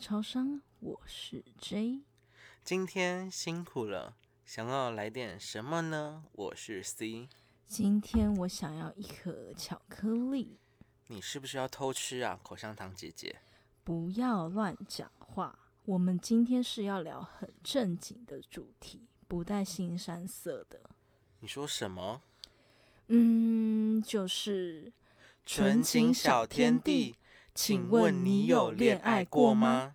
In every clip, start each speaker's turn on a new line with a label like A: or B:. A: 超商，我是 J。
B: 今天辛苦了，想要来点什么呢？我是 C，
A: 今天我想要一盒巧克力，
B: 你是不是要偷吃啊？口香糖姐姐，
A: 不要乱讲话。我们今天是要聊很正经的主题，不带新山色的。
B: 你说什么？
A: 嗯，就是
B: 纯情小天地，请问你有恋爱过吗？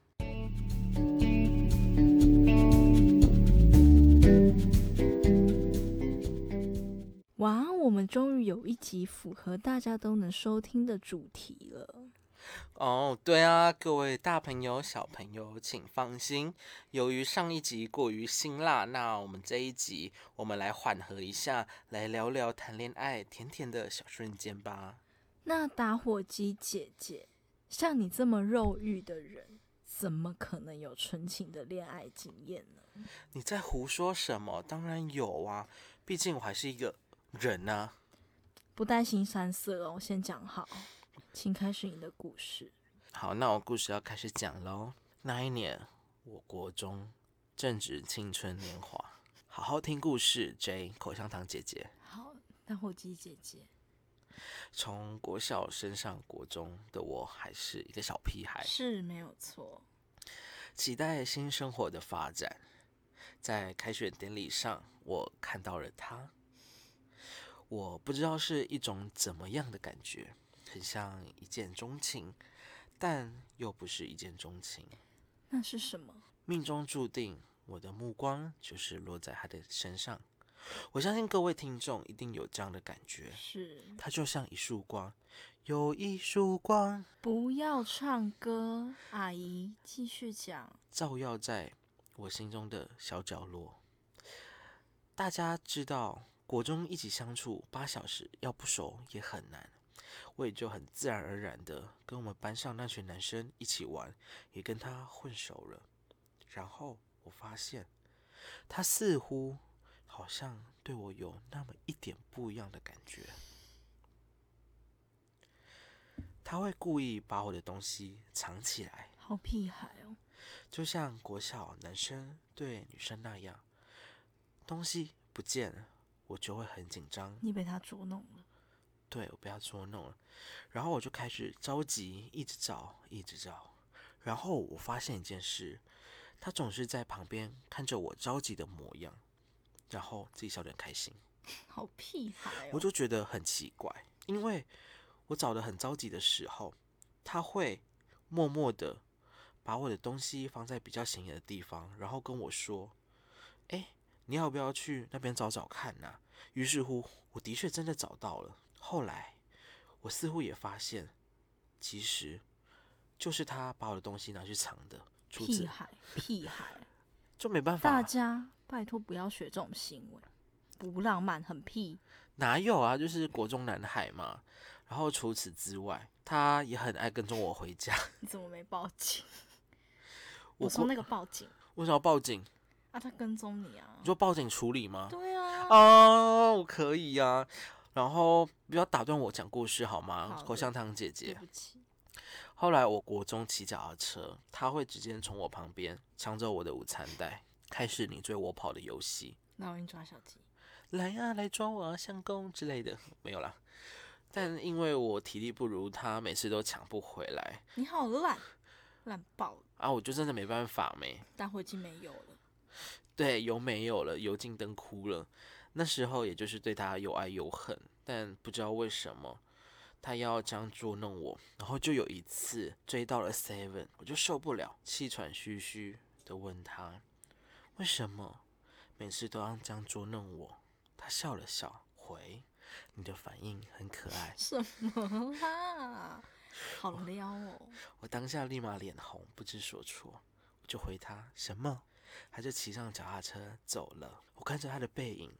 A: 哇，我们终于有一集符合大家都能收听的主题了。
B: 哦，对啊，各位大朋友、小朋友，请放心。由于上一集过于辛辣，那我们这一集我们来缓和一下，来聊聊谈恋爱甜甜的小瞬间吧。
A: 那打火机姐姐，像你这么肉欲的人，怎么可能有纯情的恋爱经验呢？
B: 你在胡说什么？当然有啊，毕竟我还是一个人啊。
A: 不带新三色哦，先讲好，请开始你的故事。
B: 好，那我故事要开始讲喽。那一年，我国中正值青春年华，好好听故事。J 口香糖姐姐
A: 好，打火机姐姐
B: 从国小升上国中的我，还是一个小屁孩，
A: 是没有错，
B: 期待新生活的发展。在开学典礼上，我看到了他，我不知道是一种怎么样的感觉，很像一见钟情，但又不是一见钟情。
A: 那是什么？
B: 命中注定，我的目光就是落在他的身上。我相信各位听众一定有这样的感觉，
A: 是
B: 他就像一束光，有一束光
A: 不要唱歌，阿姨继续讲。
B: 照耀在我心中的小角落。大家知道，国中一起相处八小时，要不熟也很难。我也就很自然而然的跟我们班上那群男生一起玩，也跟他混熟了。然后我发现，他似乎好像对我有那么一点不一样的感觉。他会故意把我的东西藏起来，
A: 好屁孩哦，
B: 就像国小男生对女生那样，东西不见了，我就会很紧张，
A: 你被他捉弄了。
B: 对我被他捉弄了，然后我就开始着急，一直找，一直找。然后我发现一件事，他总是在旁边看着我着急的模样，然后自己笑得很开心，
A: 好屁孩
B: 我
A: 哦！
B: 就觉得很奇怪，因为我找的很着急的时候，他会默默的把我的东西放在比较显眼的地方，然后跟我说：“哎、你要不要去那边找找看呐、于是乎，我的确真的找到了。后来，我似乎也发现，其实就是他把我的东西拿去藏的。除
A: 屁
B: 此
A: 孩，屁孩！
B: 就没办
A: 大
B: 法，
A: 家拜托不要学这种行为，不浪漫，很屁。
B: 哪有啊？就是国中男孩嘛。然后除此之外，他也很爱跟踪我回家。
A: 你怎么没报警？
B: 我
A: 我说
B: 过
A: 那个报警
B: 为什么要报警？
A: 啊，他跟踪你啊
B: 你。说报警处理吗？
A: 对啊，
B: 啊，我可以啊。然后不要打断我讲故事好吗
A: 好？的
B: 口香糖姐
A: 对
B: 姐。
A: 不起，
B: 后来我国中骑脚踏车，他会直接从我旁边抢走我的午餐袋，开始你追我跑的游戏，
A: 那我给你抓小鸡。
B: 来呀、来抓我啊，相公之类的，没有啦。但因为我体力不如他，每次都抢不回来
A: 你好烂，烂爆了，
B: 啊，我就真的没办法没。
A: 但我已经没有了。
B: 对，油没有了，油尽灯枯了。那时候也就是对他又爱又恨，但不知道为什么他要这样捉弄我。然后就有一次追到了 Seven，我就受不了，气喘吁吁的问他，为什么每次都要这样捉弄我？他笑了笑，回：“你的反应很可爱。”
A: 什么啦？好撩哦！
B: 我当下立马脸红，不知所措，我就回他什么，他就骑上脚踏车走了。我看着他的背影，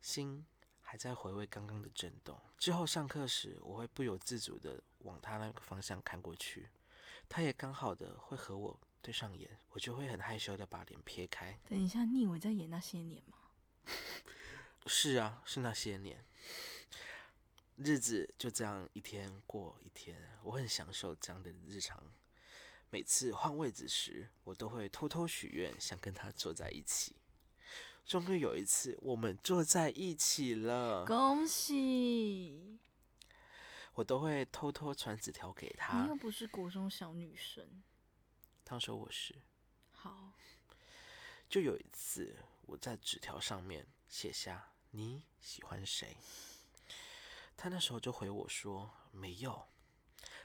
B: 心还在回味刚刚的震动。之后上课时，我会不由自主的往他那个方向看过去，他也刚好的会和我对上眼，我就会很害羞的把脸撇开。
A: 等一下，你以为在演那些年吗？
B: 是啊，是那些年，日子就这样一天过一天，我很享受这样的日常。每次换位置时，我都会偷偷许愿，想跟他坐在一起。终于有一次，我们坐在一起了。
A: 恭喜！
B: 我都会偷偷传纸条给
A: 你
B: 他
A: 又，不是国中小女生。
B: 他说我是。
A: 好，
B: 就有一次，我在纸条上面写下你喜欢谁，他那时候就回我说没有，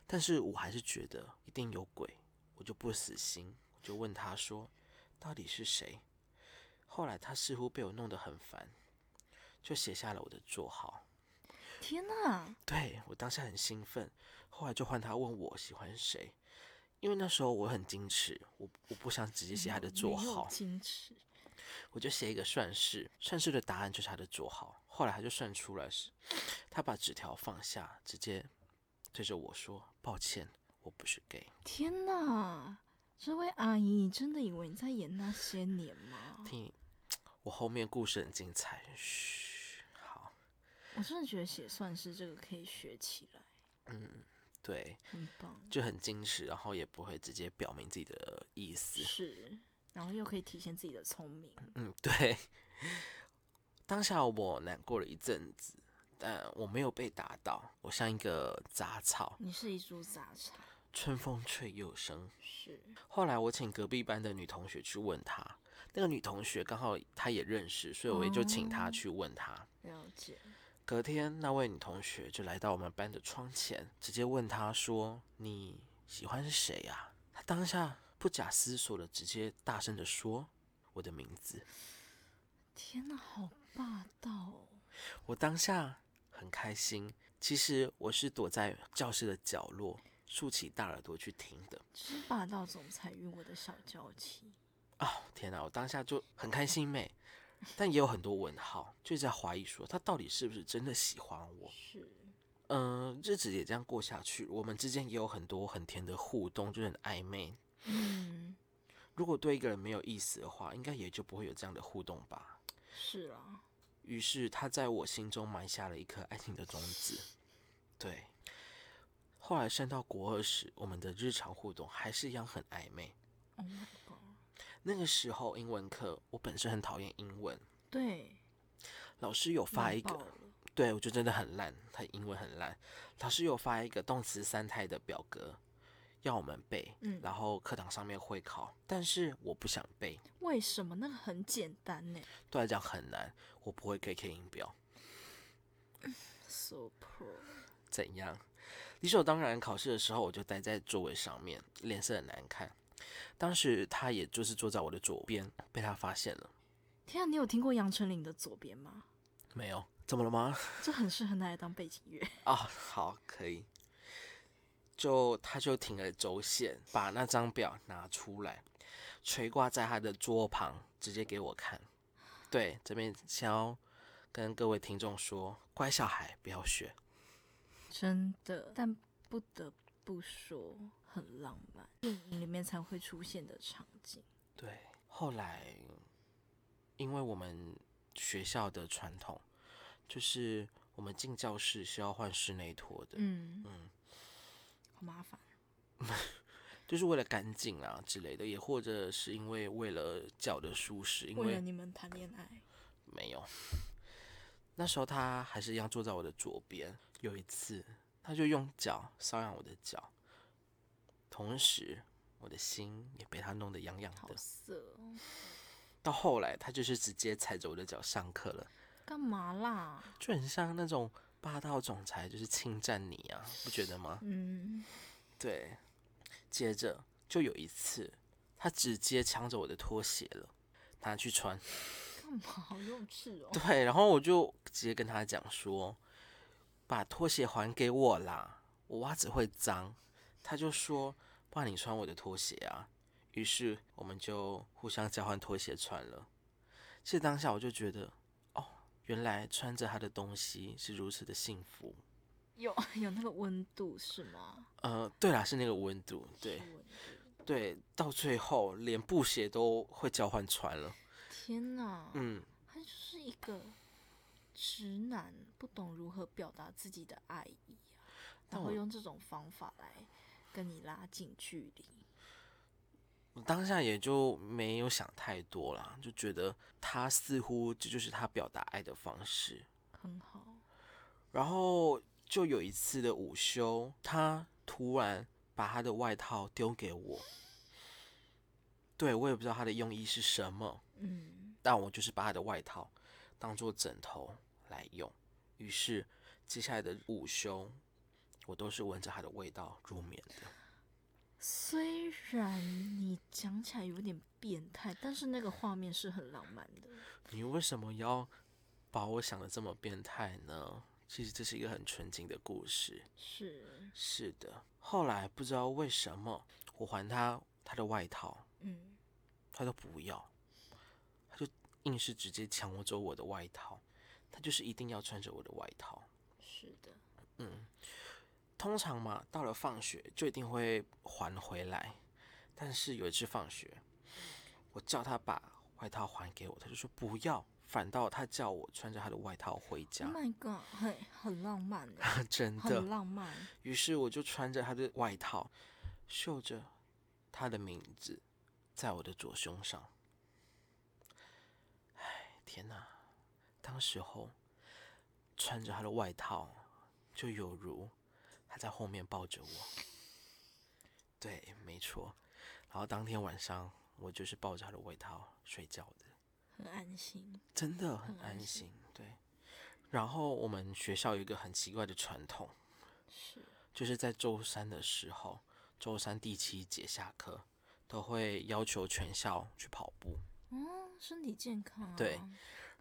B: 但是我还是觉得一定有鬼，我就不死心，我就问他说到底是谁。后来他似乎被我弄得很烦，就写下了我的座号。
A: 天哪！
B: 对我当下很兴奋，后来就换他问我喜欢谁，因为那时候我很矜持，我我不想直接写他的座
A: 没有
B: 号，
A: 矜持，
B: 我就写一个算式，算式的答案就是他的座号。后来他就算出来是，他把纸条放下，直接对着我说：“抱歉，我不是 gay。
A: 天哪！这位阿姨，你真的以为你在演那些年吗”？
B: 听，我后面故事很精彩。嘘，好，
A: 我真的觉得写算式这个可以学起来，
B: 对，
A: 很棒。
B: 就很矜持，然后也不会直接表明自己的意思。
A: 是，然后又可以体现自己的聪明。
B: 嗯， 对。当下我难过了一阵子，但我没有被打到，我像一个杂草，
A: 你是一株杂草，
B: 春风吹又生。
A: 是
B: 后来我请隔壁班的女同学去问她，那个女同学刚好她也认识，所以我也就请她去问她。
A: 了解。
B: 隔天，那位女同学就来到我们班的窗前，直接问她说：“你喜欢谁呀、她当下不假思索的直接大声的说：“我的名字。”
A: 天哪，好霸道哦！
B: 我当下很开心，其实我是躲在教室的角落，竖起大耳朵去听的。
A: 这是霸道总裁与我的小娇妻。
B: 哦，天哪！我当下就很开心妹，但也有很多问号，就在怀疑说他到底是不是真的喜欢我。
A: 是，
B: 嗯、日子也这样过下去，我们之间也有很多很甜的互动，就是很暧昧。
A: 嗯，
B: 如果对一个人没有意思的话，应该也就不会有这样的互动吧。
A: 是啊，
B: 于是他在我心中埋下了一颗爱情的种子。对，后来升到国二时，我们的日常互动还是一样很暧昧。
A: Oh my god！
B: 那个时候英文课，我本身很讨厌英文，
A: 对，
B: 老师有发
A: 烂
B: 一
A: 爆
B: 个，
A: 了
B: 对我就真的很烂，他英文很烂。老师有发一个动词三态的表格，要我们背，
A: 嗯
B: 然后课堂上面会考，但是我不想背，
A: 为什么那个很简单呢
B: 对我来讲很难，我不会 KK 音标。
A: ？So pro，
B: 怎样？理所当然，考试的时候我就待在座位上面，脸色很难看。当时他也就是坐在我的左边，被他发现了。
A: 天啊，你有听过杨丞琳的《左边》吗？
B: 没有，怎么了吗？
A: 这很适合拿来当背景乐。
B: 啊、好，可以。就他就挺了轴线，把那张表拿出来，垂挂在他的桌旁，直接给我看。对，这边想要跟各位听众说，乖小孩不要学。
A: 真的，但不得不说，很浪漫，电影里面才会出现的场景。
B: 对，后来因为我们学校的传统，就是我们进教室是要换室内拖的，
A: 嗯好麻烦。
B: 就是为了干净啊之类的，也或者是因为为了脚的舒适，因
A: 为了
B: 为
A: 你们谈恋爱，
B: 没有。那时候他还是一样坐在我的左边。有一次，他就用脚搔痒我的脚，同时我的心也被他弄得痒痒
A: 好
B: 的。
A: 色哦，
B: 到后来，他就是直接踩着我的脚上课了。
A: 干嘛啦？
B: 就很像那种霸道总裁，就是侵占你啊，不觉得吗？
A: 嗯，
B: 对。接着就有一次，他直接抢走我的拖鞋了，拿去穿。
A: 干嘛？好幼稚哦。
B: 对，然后我就直接跟他讲说，把拖鞋还给我啦，我袜子会脏。他就说，不然你穿我的拖鞋啊。于是我们就互相交换拖鞋穿了。其实当下我就觉得，哦，原来穿着他的东西是如此的幸福。
A: 有 有那个温度是吗？
B: 呃，对啦，是那个温度，对
A: 是温度
B: 对，到最后连布鞋都会交换穿了。
A: 天哪，
B: 嗯，
A: 他就是一个直男，不懂如何表达自己的爱意啊，
B: 但
A: 然
B: 我
A: 后用这种方法来跟你拉近距离。
B: 我当下也就没有想太多啦，就觉得他似乎这就是他表达爱的方式。
A: 很好，
B: 然后就有一次的午休，他突然把他的外套丢给我，对我也不知道他的用意是什么，
A: 嗯，
B: 但我就是把他的外套当做枕头来用。于是接下来的午休，我都是闻着他的味道入眠的。
A: 虽然你讲起来有点变态，但是那个画面是很浪漫的。
B: 你为什么要把我想的这么变态呢？其实这是一个很纯净的故事。
A: 是，
B: 是的，后来不知道为什么，我还他他的外套，
A: 嗯，
B: 他都不要，他就硬是直接抢我走我的外套，他就是一定要穿着我的外套。
A: 是的，
B: 嗯，通常嘛，到了放学就一定会还回来，但是有一次放学，我叫他把外套还给我，他就说不要，反倒他叫我穿着他的外套回家
A: Oh，my god，很很浪漫 欸
B: 真的
A: 很浪漫。
B: 于是我就穿着他的外套，绣着他的名字在我的左胸上。哎，天哪！当时候穿着他的外套，就有如他在后面抱着我。对，没错。然后当天晚上，我就是抱着他的外套睡觉的。
A: 很安心，
B: 真的很
A: 很安
B: 安
A: 心
B: 心。对，然后我们学校有一个很奇怪的传统，
A: 是
B: 就是在周三的时候，周三第七节下课都会要求全校去跑步，
A: 哦，身体健康、啊。
B: 对，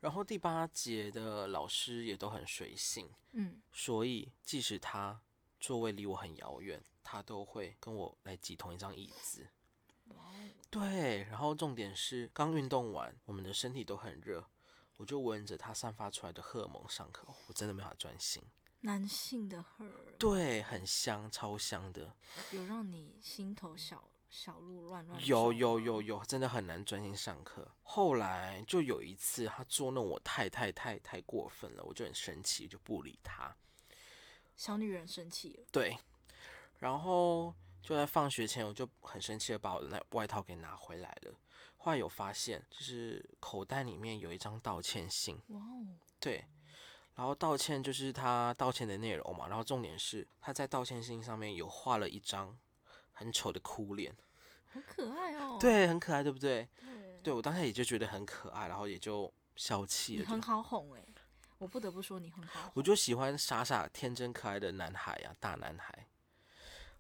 B: 然后第八节的老师也都很随性，
A: 嗯，
B: 所以即使他座位离我很遥远，他都会跟我来挤同一张椅子。
A: 哇哦，
B: 对，然后重点是刚运动完，我们的身体都很热，我就闻着他散发出来的荷尔蒙上课，我真的没法专心。
A: 男性的荷尔
B: 对，很香，超香的。
A: 有让你心头小小鹿乱乱
B: 有
A: 撞
B: 有
A: 吗
B: 有，有，真的很难专心上课。后来就有一次，他捉弄我太太太太过分了，我就很生气，就不理他。
A: 小女人生气了，
B: 对，然后就在放学前，我就很生气的把我的那外套给拿回来了。后来有发现，就是口袋里面有一张道歉信，
A: 哇哦，
B: 对，然后道歉就是他道歉的内容嘛，然后重点是他在道歉信上面有画了一张很丑的哭脸，
A: 好可爱哦。
B: 对，很可爱，对不对？
A: 对
B: 对我当下也就觉得很可爱，然后也就消气
A: 你
B: 了。
A: 很
B: 就
A: 好哄哎、我不得不说你很好
B: 我
A: 哄。
B: 就喜欢傻傻天真可爱的男孩啊，大男孩。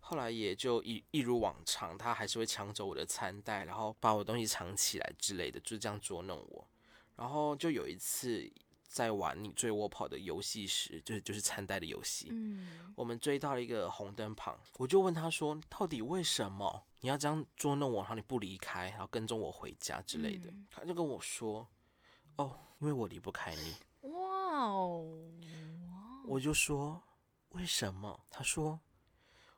B: 后来也就一一如往常，他还是会抢走我的餐袋，然后把我东西藏起来之类的，就这样捉弄我。然后就有一次在玩你追我跑的游戏时，就是就是餐袋的游戏，
A: 嗯，
B: 我们追到了一个红灯旁，我就问他说：“到底为什么你要这样捉弄我，然后你不离开，然后跟踪我回家之类的？”
A: 嗯
B: 他就跟我说：“哦，因为我离不开你。
A: 哇哦，”
B: 我就说：“为什么？”他说：“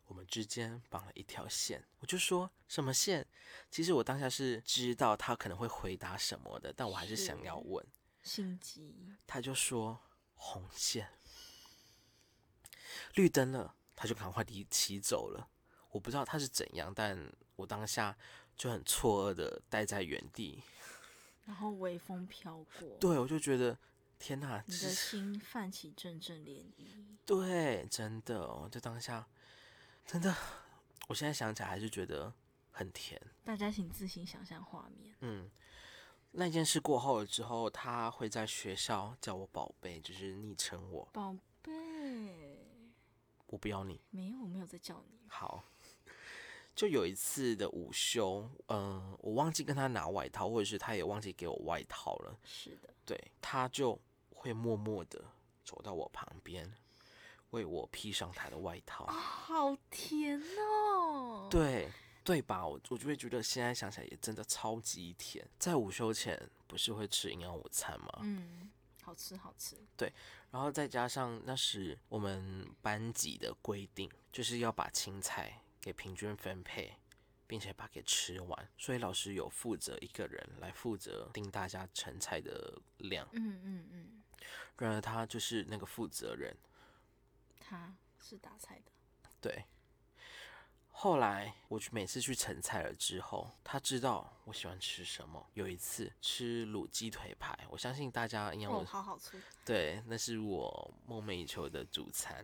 B: 我们之间绑了一条线。”我就说：“什么线？”其实我当下是知道他可能会回答什么的，但我还是想要问。
A: 心机，
B: 他就说红线，绿灯了，他就赶快离骑走了。我不知道他是怎样，但我当下就很错愕的待在原地。
A: 然后微风飘过，
B: 对，我就觉得天哪，
A: 你
B: 这
A: 的
B: 是
A: 心泛起阵阵涟漪。
B: 对，真的哦，我就当下真的，我现在想起来还是觉得很甜。
A: 大家请自行想象画面，
B: 嗯，那件事过后了之后，他会在学校叫我宝贝，就是昵称我，
A: 宝贝，
B: 我不要你。
A: 没有，我没有在叫你。
B: 好，就有一次的午休，嗯，我忘记跟他拿外套，或者是他也忘记给我外套了。
A: 是的，
B: 对，他就会默默的走到我旁边，为我披上他的外套。
A: 哦好甜哦。，
B: 对，对吧？我我就会觉得现在想起来也真的超级甜。在午休前不是会吃营养午餐吗？
A: 嗯，好吃好吃。
B: 然后再加上那时我们班级的规定，就是要把青菜给平均分配，并且把它给吃完，所以老师有负责一个人来负责盯大家盛菜的量。
A: 嗯嗯嗯，
B: 然而他就是那个负责人，
A: 他是打菜的。
B: 对。后来我去每次去成菜了之后，他知道我喜欢吃什么。有一次吃卤鸡腿排，我相信大家应该
C: 哦，
B: 我
C: 好好吃，
B: 对，那是我梦寐以求的主餐。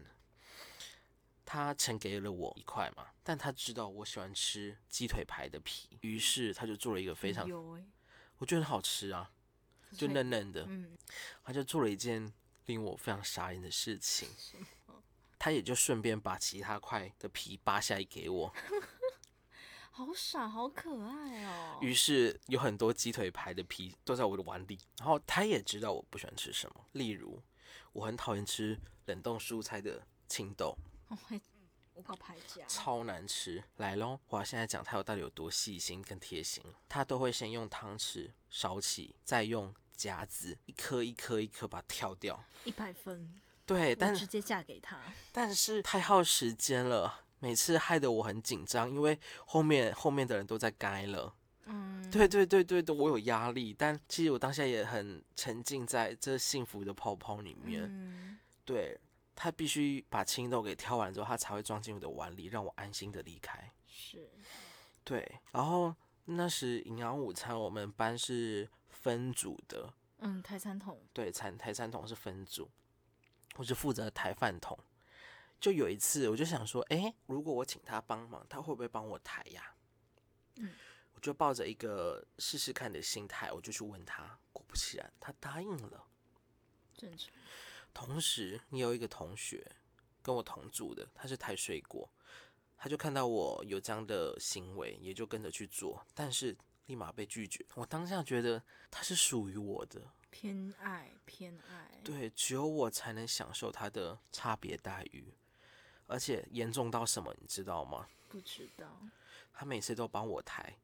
B: 他呈给了我一块嘛，但他知道我喜欢吃鸡腿排的皮，于是他就做了一个非常，
C: 有哎，
B: 我觉得很好吃啊，就
C: 所以
B: 嫩嫩的。
C: 嗯，
B: 他就做了一件令我非常傻眼的事情，
C: 是
B: 他也就顺便把其他块的皮扒下来给我，
C: 好傻，好可爱哦。
B: 于是有很多鸡腿排的皮都在我的碗里。然后他也知道我不喜欢吃什么，例如我很讨厌吃冷冻蔬菜的青豆，
C: 我会，我搞排夹，
B: 超难吃。来喽，我现在讲他有到底有多细心跟贴心，他都会先用汤匙烧起，再用夹子一颗一颗一颗把它挑掉。
A: 一百分，
B: 对，
A: 我
B: 但
A: 直接嫁给他。
B: 但是太耗时间了，每次害得我很紧张，因为后面后面的人都在该了。
C: 嗯，
B: 对对对对对，我有压力，但其实我当下也很沉浸在这幸福的泡泡里面。
C: 嗯，
B: 对他必须把青豆给挑完之后，他才会装进我的碗里，让我安心的离开。
C: 是
B: 对，然后那时营养午餐我们班是分组的，
C: 嗯，台餐桶
B: 对，餐台餐桶是分组，我是负责抬饭桶。就有一次，我就想说，诶，如果我请他帮忙，他会不会帮我抬呀？
C: 嗯，
B: 我就抱着一个试试看的心态，我就去问他。果不其然，他答应了。
C: 正常，
B: 同时，你有一个同学跟我同住的，他是抬水果，他就看到我有这样的行为，也就跟着去做，但是立马被拒绝。我当下觉得他是属于我的，
C: 偏爱偏爱，
B: 对，只有我才能享受他的差别待遇，而且严重到什么，你知道吗？
C: 不知道，
B: 他每次都帮我抬，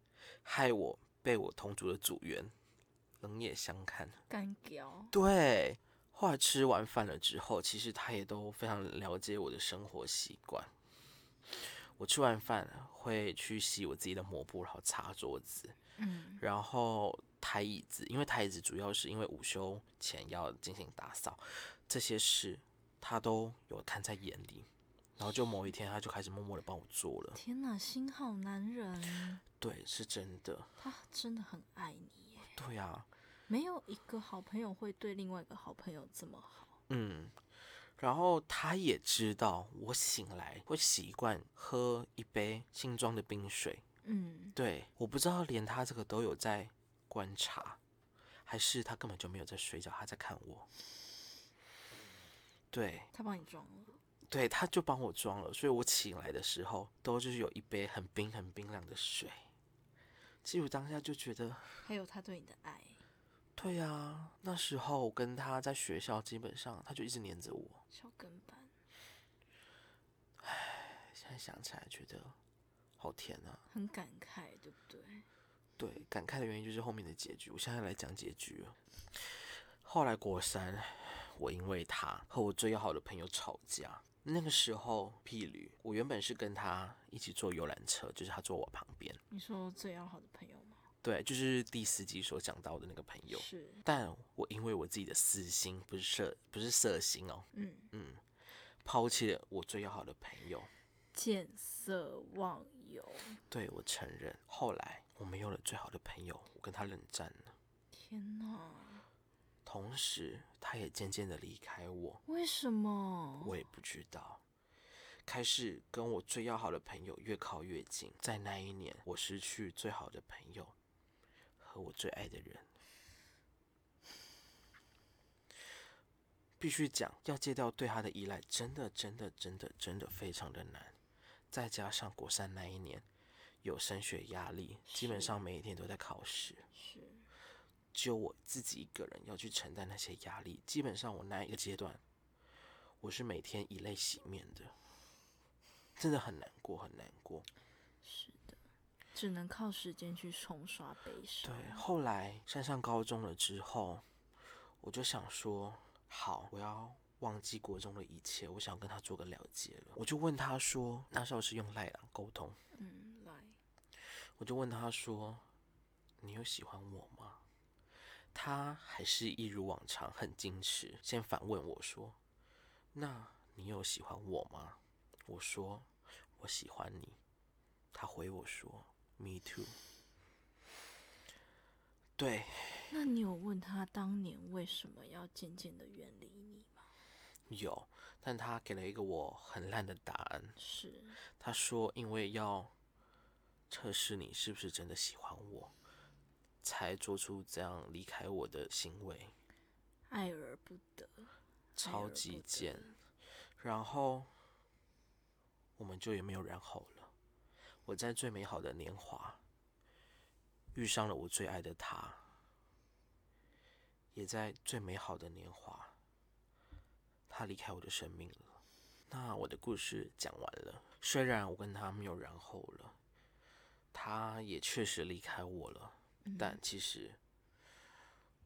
B: 害我被我同组的组员冷眼相看。
C: 干掉，
B: 对，后来吃完饭了之后，其实他也都非常了解我的生活习惯。我吃完饭会去洗我自己的抹布，然后擦桌子，
C: 嗯，
B: 然后抬椅子，因为抬椅子主要是因为午休前要进行打扫，这些事他都有看在眼里。然后就某一天，他就开始默默的帮我做了。
C: 天哪，心好男人，
B: 对，是真的。
C: 他真的很爱你耶，
B: 对啊，
C: 没有一个好朋友会对另外一个好朋友这么好，
B: 嗯，然后他也知道我醒来会习惯喝一杯新装的冰水。
C: 嗯，
B: 对，我不知道连他这个都有在观察，还是他根本就没有在睡觉，他在看我。对，
C: 他帮你装了，
B: 对，他就帮我装了，所以我醒来的时候都就是有一杯很冰很冰凉的水。其实我当下就觉得，
C: 还有他对你的爱，
B: 对呀、那时候我跟他在学校，基本上他就一直黏着我。
C: 小跟班，
B: 现在想起来觉得好甜啊！
C: 很感慨，对不对？
B: 对，感慨的原因就是后面的结局。我现在来讲结局了。后来国三，我因为他和我最要好的朋友吵架。那个时候屁旅，我原本是跟他一起坐游览车，就是他坐我旁边，
C: 你说最要好的朋友吗？
B: 对，就是第四集所讲到的那个朋友。
C: 是，
B: 但我因为我自己的私心，不是色，不是色心哦，
C: 嗯，
B: 嗯，抛弃了我最要好的朋友。
C: 见色忘友，
B: 对我承认，后来我没有了最好的朋友，我跟他冷战了。
C: 天哪，
B: 同时，他也渐渐的离开我，
C: 为什么？
B: 我也不知道。开始跟我最要好的朋友越靠越近，在那一年，我失去最好的朋友和我最爱的人。必须讲，要戒掉对他的依赖，真的、真的、真的、真的非常的难。再加上国三那一年有升学压力，基本
C: 是
B: 上每一天都在考试。
C: 是，
B: 只有我自己一个人要去承担那些压力。基本上我那一个阶段，我是每天以泪洗面的，真的很难过，很难过。
C: 只能靠时间去冲刷悲伤。
A: 啊
B: 对，啊后来升上高中了之后，我就想说，好，我要忘记国中的一切，我想跟他做个了结了。我就问他说，那时候是用赖朗沟通，
C: 嗯，来，
B: 我就问他说：“你有喜欢我吗？”他还是一如往常很矜持，先反问我说：“那你有喜欢我吗？”我说：“我喜欢你。”他回我说：“Me too。”对，
C: 那你有问他当年为什么要渐渐的远离你吗？
B: 有，但他给了一个我很烂的答案。
C: 是，
B: 他说：“因为要测试你是不是真的喜欢我，才做出这样离开我的行为，
C: 爱而不得，
B: 超
C: 而
B: 级
C: 哎不得
B: 贱。”然后我们就也没有然后了。我在最美好的年华遇上了我最爱的他，也在最美好的年华，他离开我的生命了。那我的故事讲完了，虽然我跟他没有然后了，他也确实离开我了，
C: 嗯
B: 但其实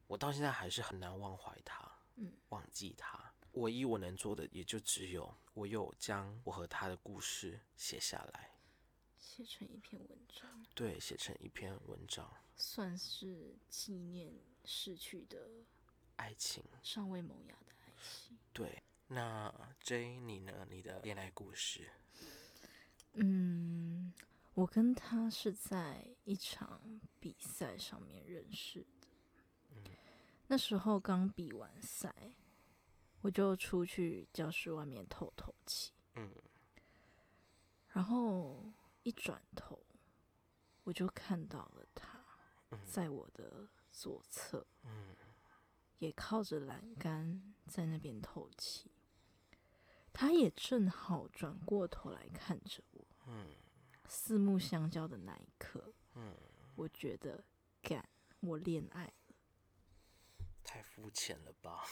B: 我到现在还是很难忘怀他，
C: 嗯，
B: 忘记他。唯一我能做的也就只有，我有将我和他的故事写下来，
C: 写成一篇文章，
B: 对，写成一篇文章，
C: 算是纪念逝去的
B: 爱情。
C: 尚未萌芽的爱情。
B: 对，那 J 你呢？你的恋爱故事？
A: 嗯，我跟他是在一场比赛上面认识的。
B: 嗯
A: 那时候刚比完赛，我就出去教室外面透透气。
B: 嗯，
A: 然后一转头，我就看到了他
B: 嗯
A: 在我的左侧，
B: 嗯
A: 也靠着栏杆在那边透气。他也正好转过头来看着我，
B: 嗯
A: 四目相交的那一刻，
B: 嗯，
A: 我觉得干，我恋爱了。
B: 太肤浅了吧？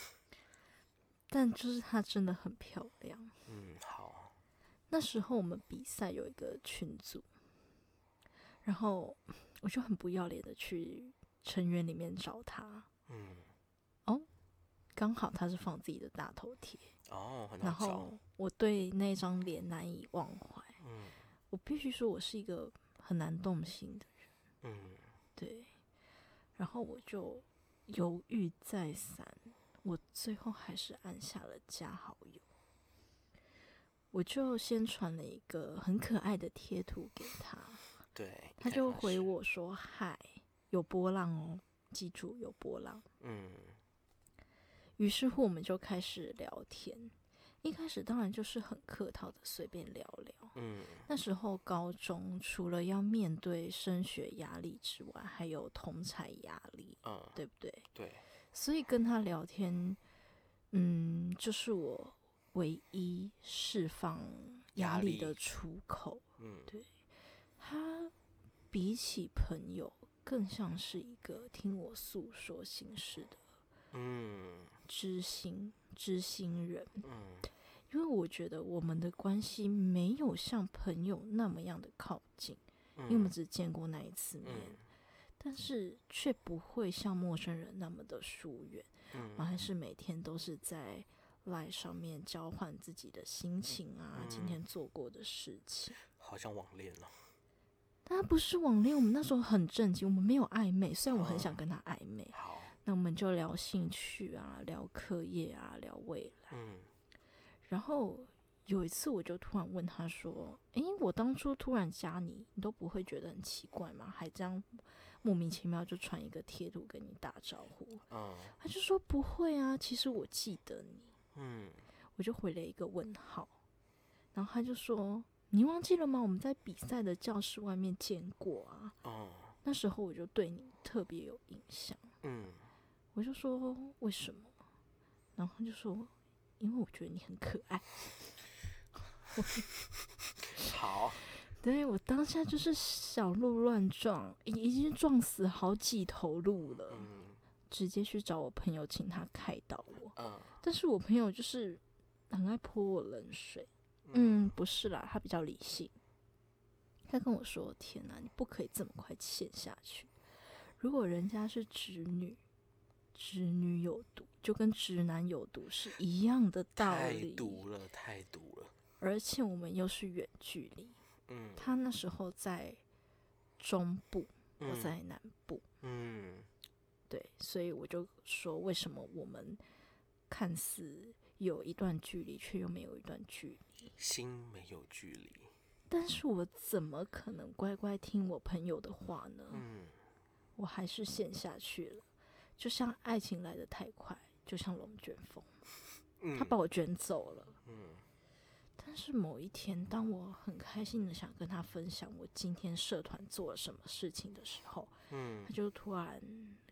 A: 但就是她真的很漂亮。
B: 嗯，好，
A: 那时候我们比赛有一个群组，然后我就很不要脸的去成员里面找她，
B: 嗯，
A: 刚好她是放自己的大头贴，
B: 哦，很
A: 然
B: 好找，
A: 后我对那张脸难以忘怀。
B: 嗯
A: 我必须说，我是一个很难动心的人，
B: 嗯
A: 对。然后我就犹豫再三，我最后还是按下了加好友。我就先传了一个很可爱的贴图给他，
B: 对，
A: 他
B: 开
A: 就
B: 放
A: 回
B: 式，
A: 我说：“嗨，有波浪哦，记住有波浪。”
B: 嗯
A: 于是乎，我们就开始聊天。一开始当然就是很客套的，随便聊聊。
B: 嗯
A: 那时候高中除了要面对升学压力之外，还有同才压力，
B: 嗯，
A: 对不对？
B: 对，
A: 所以跟他聊天，嗯，就是我唯一释放压
B: 压
A: 力
B: 力
A: 的出口。
B: 嗯
A: 他比起朋友，更像是一个听我诉说心事的
B: 嗯
A: 知心知心人。
B: 嗯
A: 因为我觉得我们的关系没有像朋友那么样的靠近，因为我们
B: 嗯
A: 只见过那一次面，
B: 嗯
A: 但是却不会像陌生人那么的疏远。我
B: 嗯
A: 还是每天都是在 Line 上面交换自己的心情啊，今
B: 嗯
A: 天做过的事情。
B: 好像网恋了，
A: 但他不是网恋，我们那时候很震惊，我们没有暧昧。虽然我很想
B: 哦
A: 跟他暧昧，
B: 好，
A: 那我们就聊兴趣啊，聊课业啊，聊未来。
B: 嗯
A: 然后有一次，我就突然问他说：“诶，我当初突然加你，你都不会觉得很奇怪吗？还这样莫名其妙就传一个贴图跟你打招呼？”
B: 嗯
A: 他就说：“不会啊，其实我记得你。
B: 嗯”
A: 我就回了一个问号，然后他就说：“你忘记了吗？我们在比赛的教室外面见过啊。
B: 哦
A: 那时候我就对你特别有印象。”
B: 嗯
A: 我就说为什么？然后他就说，因为我觉得你很可爱。
B: 好，
A: 对我当下就是小鹿乱撞，已已经撞死好几头鹿了，
B: 嗯
A: 直接去找我朋友请他开导我。
B: 嗯
A: 但是我朋友就是很爱泼我冷水，
B: 嗯
A: 嗯，不是啦，他比较理性。他跟我说：“天哪，你不可以这么快陷下去。如果人家是直女，直女有毒，就跟直男有毒是一样的道
B: 太
A: 理。
B: 毒了，太毒了，
A: 而且我们又是远距离。
B: 嗯，
A: 他那时候在中部，我
B: 嗯
A: 在南部，
B: 嗯
A: 对，所以我就说，为什么我们看似有一段距离，却又没有一段距离？
B: 心没有距离，
A: 但是我怎么可能乖乖听我朋友的话呢？
B: 嗯，
A: 我还是陷下去了。就像爱情来得太快，就像龙卷风，
B: 嗯
A: 它把我卷走了。
B: 嗯
A: 但是某一天，当我很开心的想跟他分享我今天社团做了什么事情的时候，
B: 嗯
A: 他就突然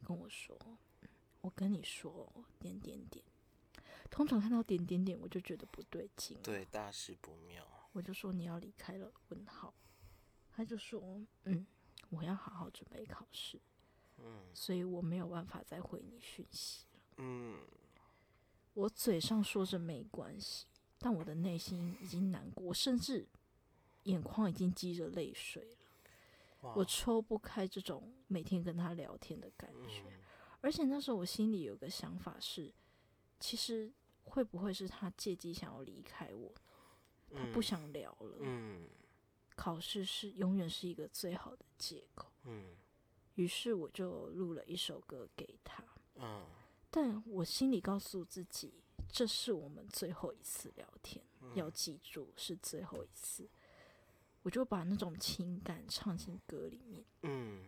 A: 跟我说：“我跟你说，哦点点点。”通常看到点点点，我就觉得不对劲。
B: 对，大事不妙。
A: 我就说你要离开了，问号。他就说，嗯，我要好好准备考试，
B: 嗯
A: 所以我没有办法再回你讯息。
B: 嗯
A: 我嘴上说着没关系，但我的内心已经难过，我甚至眼眶已经积着泪水了。
B: 哇
A: 我抽不开这种每天跟他聊天的感觉，
B: 嗯
A: 而且那时候我心里有个想法是，其实会不会是他借机想要离开我？他不
B: 嗯
A: 想聊了。
B: 嗯
A: 考试是永远是一个最好的借口。
B: 嗯
A: 于是我就录了一首歌给他，
B: 嗯
A: 但我心里告诉自己，这是我们最后一次聊天，
B: 嗯
A: 要记住是最后一次。我就把那种情感唱进歌里面。
B: 嗯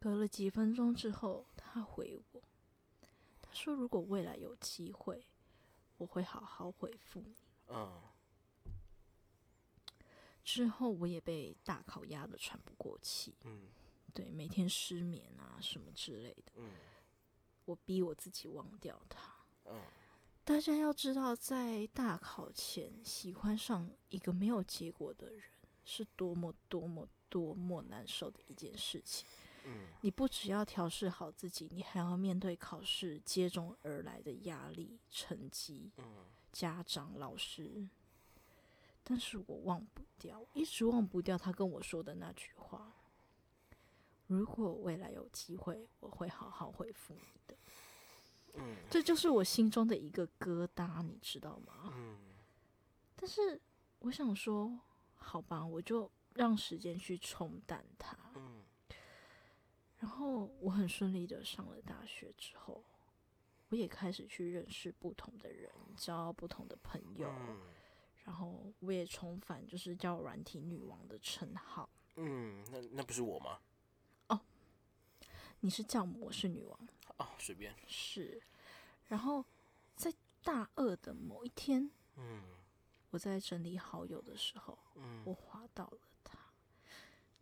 A: 隔了几分钟之后，他回我，他说：“如果未来有机会，我会好好回复你。
B: 嗯”
A: 之后我也被大考压得喘不过气，
B: 嗯
A: 对，每天失眠啊什么之类的，
B: 嗯
A: 我逼我自己忘掉他。
B: 嗯
A: 大家要知道，在大考前喜欢上一个没有结果的人，是多么多么多么难受的一件事情。
B: 嗯
A: 你不只要调试好自己，你还要面对考试接踵而来的压力、成绩、
B: 嗯
A: 家长、老师。但是我忘不掉，一直忘不掉他跟我说的那句话：“如果未来有机会，我会好好回复你的。”
B: 嗯
A: 这就是我心中的一个疙瘩，你知道吗？
B: 嗯
A: 但是我想说，好吧，我就让时间去冲淡它。
B: 嗯
A: 然后我很顺利的上了大学之后，我也开始去认识不同的人，交不同的朋友，
B: 嗯
A: 然后我也重返就是叫软体女王的称号。
B: 嗯，那那不是我吗？
A: 你是教母，我是女王，
B: 啊，随便。
A: 是。然后在大二的某一天，
B: 嗯
A: 我在整理好友的时候，我
B: 嗯，
A: 滑到了她，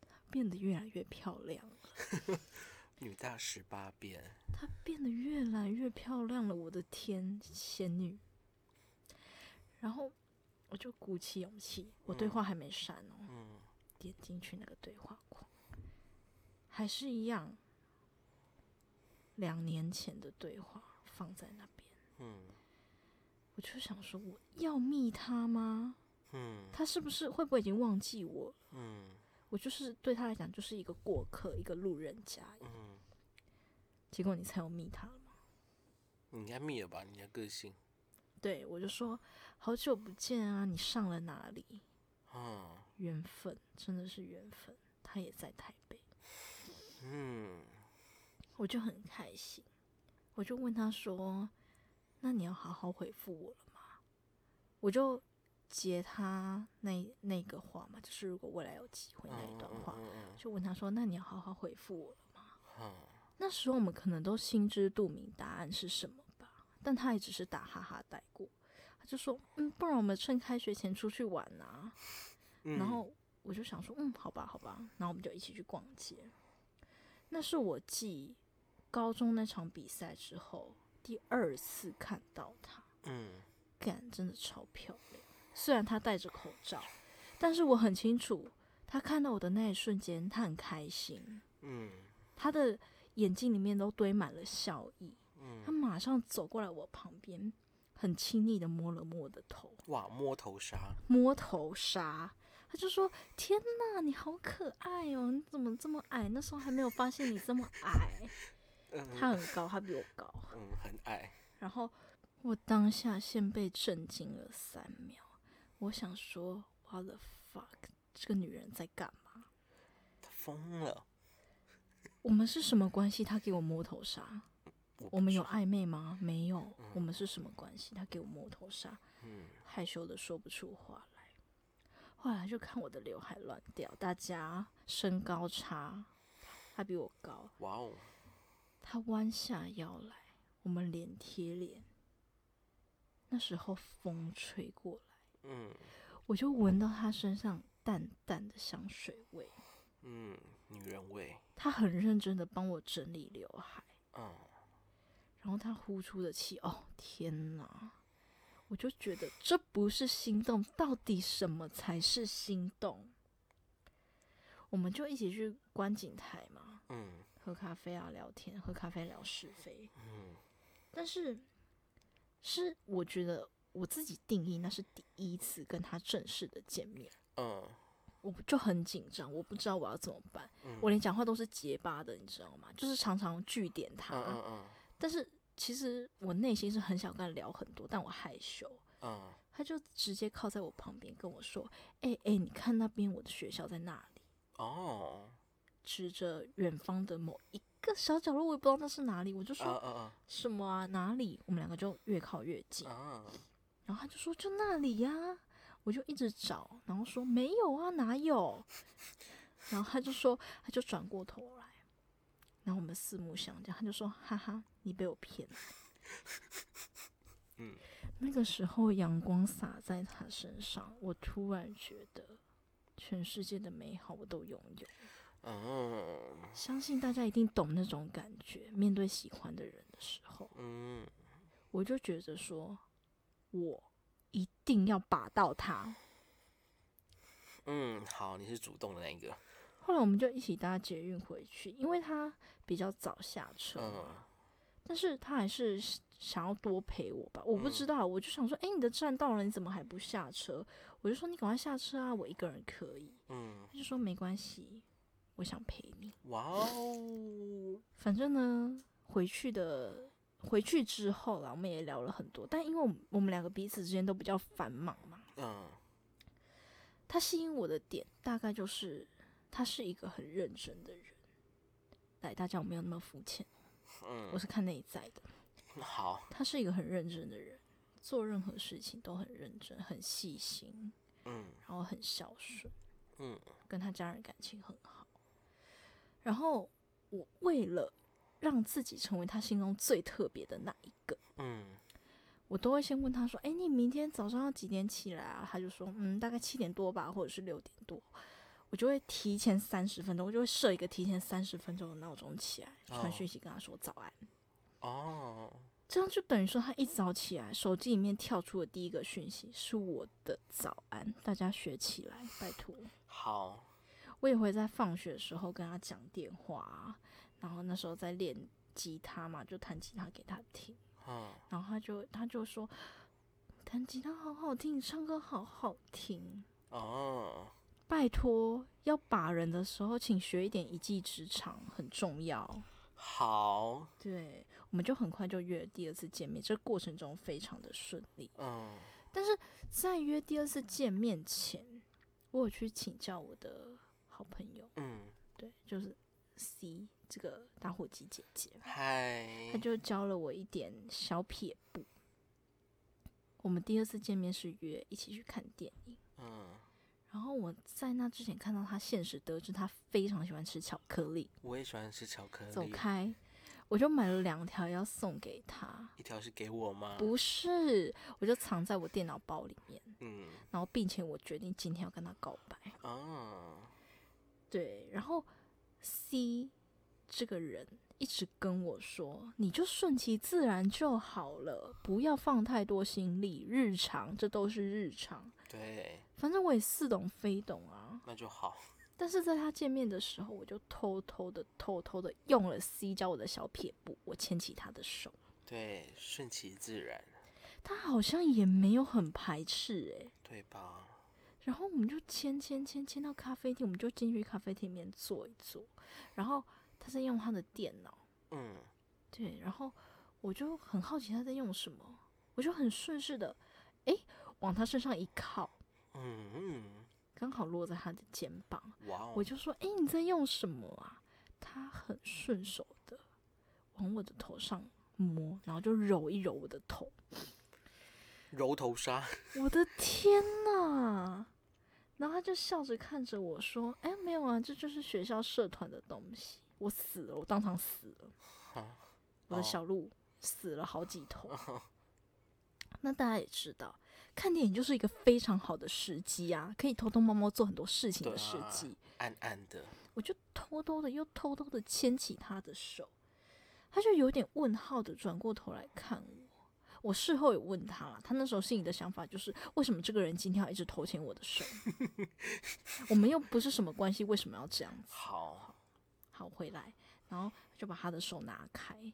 A: 她变得越来越漂亮了，
B: 女大十八变。
A: 她变得越来越漂亮了，我的天，仙女！然后我就鼓起勇气，我对
B: 嗯
A: 话还没删哦，
B: 嗯
A: 点进去那个对话框，还是一样，两年前的对话放在那边，
B: 嗯
A: 我就想说，我要密她吗？
B: 嗯
A: 她是不是会不会已经忘记我了？
B: 嗯
A: 我就是对她来讲就是一个过客，一个路人甲一样
B: 嗯，
A: 结果你猜我密他了吗？
B: 你应该灭了吧？你的个性。
A: 对，我就说好久不见啊，你上了哪里？
B: 嗯
A: 缘分真的是缘分，他也在台北，
B: 嗯
A: 我就很开心，我就问他说：“那你要好好回复我了吗？”我就截他那那个话嘛，就是如果未来有机会那一段话，
B: 嗯
A: 就问他说：“那你要好好回复我了吗
B: 嗯？”
A: 那时候我们可能都心知肚明答案是什么吧，但他也只是打哈哈带过，他就说：“嗯，不然我们趁开学前出去玩啊。”
B: 嗯。
A: 然后我就想说，嗯，好吧，好吧，然后我们就一起去逛街。那是我继高中那场比赛之后第二次看到她，
B: 嗯
A: 干，真的超漂亮。虽然她戴着口罩，但是我很清楚，她看到我的那一瞬间，她很开心，
B: 嗯
A: 她的眼睛里面都堆满了笑意。她
B: 嗯，
A: 马上走过来我旁边，很亲昵的摸了摸我的头，
B: 哇，摸头杀。
A: 摸头杀。他就说：“天哪，你好可爱哦！你怎么这么矮？那时候还没有发现你这么矮。
B: 嗯
A: 他很高，他比我高。
B: 嗯，很矮。
A: 然后我当下先被震惊了三秒。我想说，what the fuck，这个女人在干嘛？
B: 他疯了。
A: 我们是什么关系？她给我摸头杀。
B: 我
A: 我
B: 不
A: 们有
B: 知
A: 暧昧吗？没有。我们是什么关系？她给我摸头杀。
B: 嗯
A: 害羞的说不出话来。后来就看我的刘海乱掉，大家身高差，他比我高，
B: 哇哦，
A: 他弯下腰来，我们脸贴脸。那时候风吹过来，
B: 嗯
A: 我就闻到他身上淡淡的香水味。
B: 嗯，女人味，
A: 他很认真的帮我整理刘海，
B: 嗯，
A: 然后他呼出的气，哦天哪！我就觉得这不是心动，到底什么才是心动？我们就一起去观景台嘛，
B: 嗯
A: 喝咖啡啊，聊天，喝咖啡聊是非。
B: 嗯
A: 但是，是我觉得我自己定义那是第一次跟他正式的见面，
B: 嗯
A: 我就很紧张，我不知道我要怎么办，
B: 嗯，
A: 我连讲话都是结巴的，你知道吗？就是常常据点他，
B: 嗯嗯嗯
A: 但是其实我内心是很想跟他聊很多，但我害羞。
B: 嗯，
A: 他就直接靠在我旁边跟我说：“哎、哎、你看那边我的学校在那里，
B: 哦，
A: 指着远方的某一个小角落，我也不知道那是哪里。”我就
B: 啊
A: 说
B: 啊
A: 什么啊哪里？我们两个就越靠越近
B: 啊，啊，
A: 然后他就说就那里呀、我就一直找，然后说没有啊，哪有？ 然后他就说，他就转过头来，然后我们四目相交，他就说哈哈，你被我骗了。
B: 嗯，
A: 那个时候阳光洒在他身上，我突然觉得全世界的美好我都拥有。
B: 嗯
A: 相信大家一定懂那种感觉，面对喜欢的人的时候，
B: 嗯，
A: 我就觉得说，我一定要把到他。
B: 嗯，好，你是主动的那一个，
A: 后来我们就一起搭捷运回去，因为他比较早下车嘛，
B: 嗯
A: 但是他还是想要多陪我吧。我不知道，我就想说，哎、你的站到了，你怎么还不下车？我就说你赶快下车啊，我一个人可以。
B: 嗯，
A: 他就说没关系，我想陪你。
B: 哇哦，
A: 反正呢，回去的回去之后啦，我们也聊了很多，但因为我们我们两个彼此之间都比较繁忙嘛，
B: 嗯
A: 他吸引我的点大概就是他是一个很认真的人。来，大家我没有那么肤浅，我
B: 嗯，
A: 是看内在的。
B: 好，
A: 他是一个很认真的人，做任何事情都很认真、很细心，
B: 嗯
A: 然后很孝顺，
B: 嗯
A: 跟他家人感情很好。然后我为了让自己成为他心中最特别的那一个，
B: 嗯
A: 我都会先问他说：“哎，你明天早上要几点起来啊？”他就说：“嗯，大概七点多吧，或者是六点多。”我就会提前三十分钟，我就会设一个提前三十分钟的闹钟起来，传
B: 哦
A: 讯息跟他说早安。
B: 哦，
A: 这样就等于说他一早起来，手机里面跳出的第一个讯息是我的早安，大家学起来，拜托。
B: 好，
A: 我也会在放学的时候跟他讲电话啊，然后那时候在练吉他嘛，就弹吉他给他听，
B: 嗯
A: 然后他就他就说弹吉他好好听，唱歌好好听，
B: 哦，
A: 拜托要把人的时候，请学一点一技之长，很重要。
B: 好，
A: 对，我们就很快就约了第二次见面，这个过程中非常的顺利。
B: 嗯
A: 但是在约第二次见面前，我有去请教我的好朋友，
B: 嗯，
A: 对，就是 C 这个打火机姐姐，
B: 嗨，
A: 她就教了我一点小撇步。我们第二次见面是约一起去看电影，
B: 嗯，
A: 然后我在那之前看到她现实得知她非常喜欢吃巧克力，
B: 我也喜欢吃巧克
A: 走
B: 力，
A: 开，我就买了两条要送给她。
B: 一条是给我吗？
A: 不是，我就藏在我电脑包里面，
B: 嗯，
A: 然后并且我决定今天要跟她告白。
B: 哦，
A: 对，然后 C 这个人一直跟我说，你就顺其自然就好了，不要放太多心力，日常这都是日常。
B: 对，
A: 反正我也似懂非懂啊，
B: 那就好，
A: 但是在他见面的时候，我就偷偷的、偷偷的用了 C 教我的小撇步，我牵起他的手，
B: 对，顺其自然，
A: 他好像也没有很排斥诶、
B: 对吧？
A: 然后我们就牵牵牵牵到咖啡厅，我们就进去咖啡厅里面坐一坐，然后他在用他的电脑，
B: 嗯
A: 对，然后我就很好奇他在用什么，我就很顺势的，诶，往他身上一靠，
B: 嗯
A: 刚好落在他的肩膀，
B: 嗯，哇哦，
A: 我就说，诶，你在用什么啊？他很顺手的往我的头上摸，然后就揉一揉我的头，
B: 揉头纱，
A: 我的天呐！然后他就笑着看着我说：“哎，没有啊，这就是学校社团的东西。”我死了，我当场死了，
B: 啊，
A: 我的
B: 哦
A: 小鹿死了好几头。 那大家也知道，看电影就是一个非常好的时机啊，可以偷偷摸摸做很多事情
B: 对
A: 的时
B: 啊
A: 机。
B: 暗暗的，
A: 我就偷偷的又偷偷的牵起他的手，他就有点问号的转过头来看我。我事后也问他了，他那时候心里的想法就是：为什么这个人今天要一直偷牵我的手？ 我们又不是什么关系，为什么要这样子？
B: 好，
A: 好，回来，然后就把他的手拿开。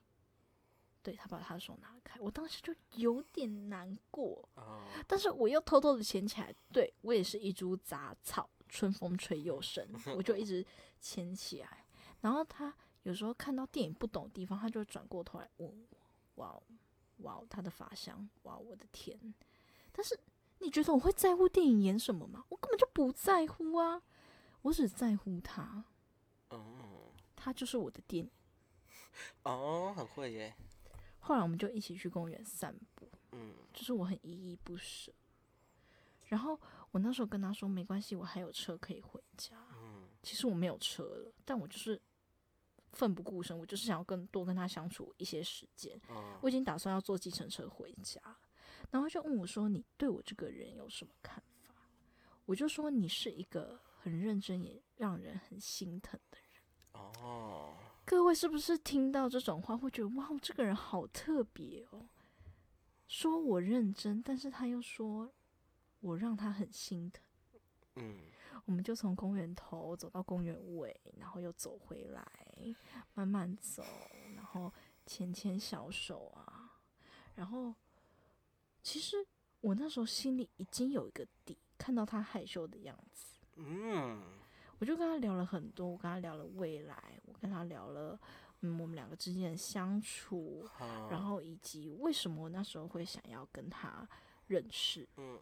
A: 对他把他的手拿开，我当时就有点难过，
B: 哦，
A: 但是我又偷偷的牵起来，对我也是一株杂草，春风吹又生，我就一直牵起来。然后他有时候看到电影不懂的地方，他就会转过头来问我：“哇哦，哇哦，他的发香，哇，我的天！”但是你觉得我会在乎电影演什么吗？我根本就不在乎啊，我只在乎他，
B: 嗯，
A: 他就是我的电影。
B: 哦，很会耶，
A: 后来我们就一起去公园散步，
B: 嗯，
A: 就是我很依依不舍。然后我那时候跟他说，没关系，我还有车可以回家。
B: 嗯，
A: 其实我没有车了，但我就是奋不顾身，我就是想要跟多跟他相处一些时间。
B: 嗯，
A: 我已经打算要坐计程车回家了，然后他就问我说：“你对我这个人有什么看法？”我就说：“你是一个很认真也让人很心疼的人。”
B: 哦，
A: 各位是不是听到这种话会觉得哇，这个人好特别哦？说我认真，但是他又说我让他很心疼。
B: 嗯，
A: 我们就从公园头走到公园尾，然后又走回来，慢慢走，然后牵牵小手啊。然后，其实我那时候心里已经有一个底，看到他害羞的样子，
B: 嗯，
A: 我就跟他聊了很多，我跟他聊了未来，我跟他聊了，嗯，我们两个之间的相处，
B: 好，
A: 然后以及为什么我那时候会想要跟他认识，
B: 嗯，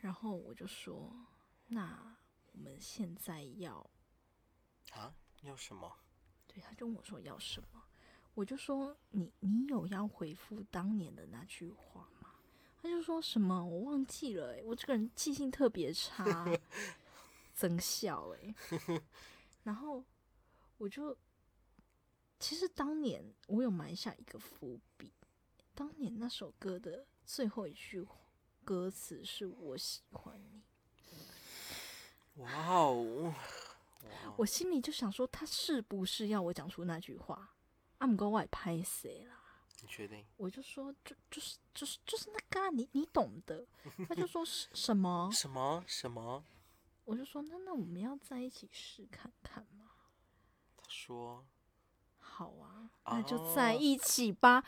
A: 然后我就说，那我们现在要，
B: 啊，有什么？
A: 对，他就问我说要什么，我就说你你有要回复当年的那句话吗？他就说什么我忘记了、欸，我这个人记性特别差，真笑哎、然后我就，其实当年我有埋下一个伏笔，当年那首歌的最后一句歌词是我喜欢你。
B: 哇哦，
A: 我心里就想说，他是不是要我讲出那句话？阿姆哥外拍谁啦？
B: 你确定？
A: 我就说，就就是就是就是那个、啊，你你懂的。他就说是 什么？
B: 什么什么？
A: 我就说，那那我们要在一起试看看吗？
B: 他说，
A: 好啊，那就
B: 哦
A: 在一起吧。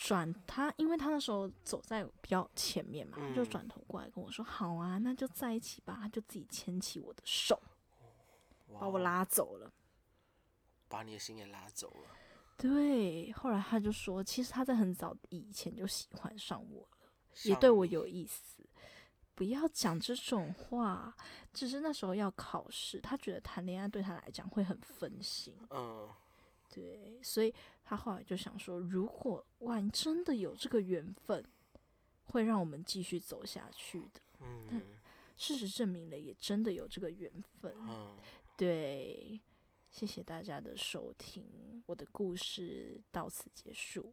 A: 转他，因为他那时候走在比较前面嘛，他就
B: 嗯
A: 转头过来跟我说：“好啊，那就在一起吧。”他就自己牵起我的手，
B: 哇
A: 把我
B: 哦，
A: 拉走了。
B: 把你的心也拉走了。
A: 对，后来他就说，其实他在很早以前就喜欢上我了，也
B: 上
A: 对我
B: 你
A: 有意思。不要讲这种话，只是那时候要考试，他觉得谈恋爱对他来讲会很分心，
B: 嗯，
A: 对，所以他后来就想说，如果万一真的有这个缘分，会让我们继续走下去的。
B: 嗯
A: 事实证明了，也真的有这个缘分。
B: 嗯，
A: 对，谢谢大家的收听，我的故事到此结束。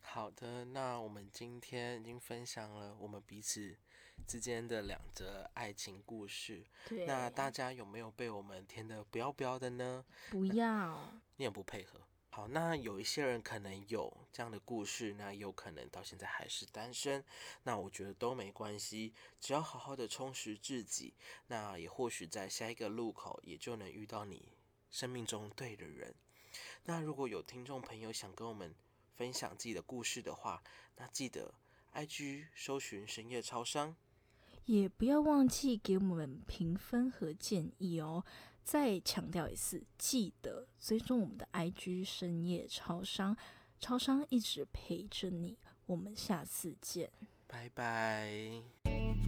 B: 好的，那我们今天已经分享了我们彼此之间的两则爱情故事。
A: 对，
B: 那大家有没有被我们填的不要不要的呢？
A: 不要，
B: 你很不配合。好，那有一些人可能有这样的故事，那有可能到现在还是单身，那我觉得都没关系，只要好好的充实自己，那也或许在下一个路口也就能遇到你生命中对的人。那如果有听众朋友想跟我们分享自己的故事的话，那记得 IG 搜寻深夜超商，
A: 也不要忘记给我们评分和建议哦。再强调一次，记得追踪我们的 IG 深夜超商，超商一直陪着你。我们下次见。
B: 拜拜。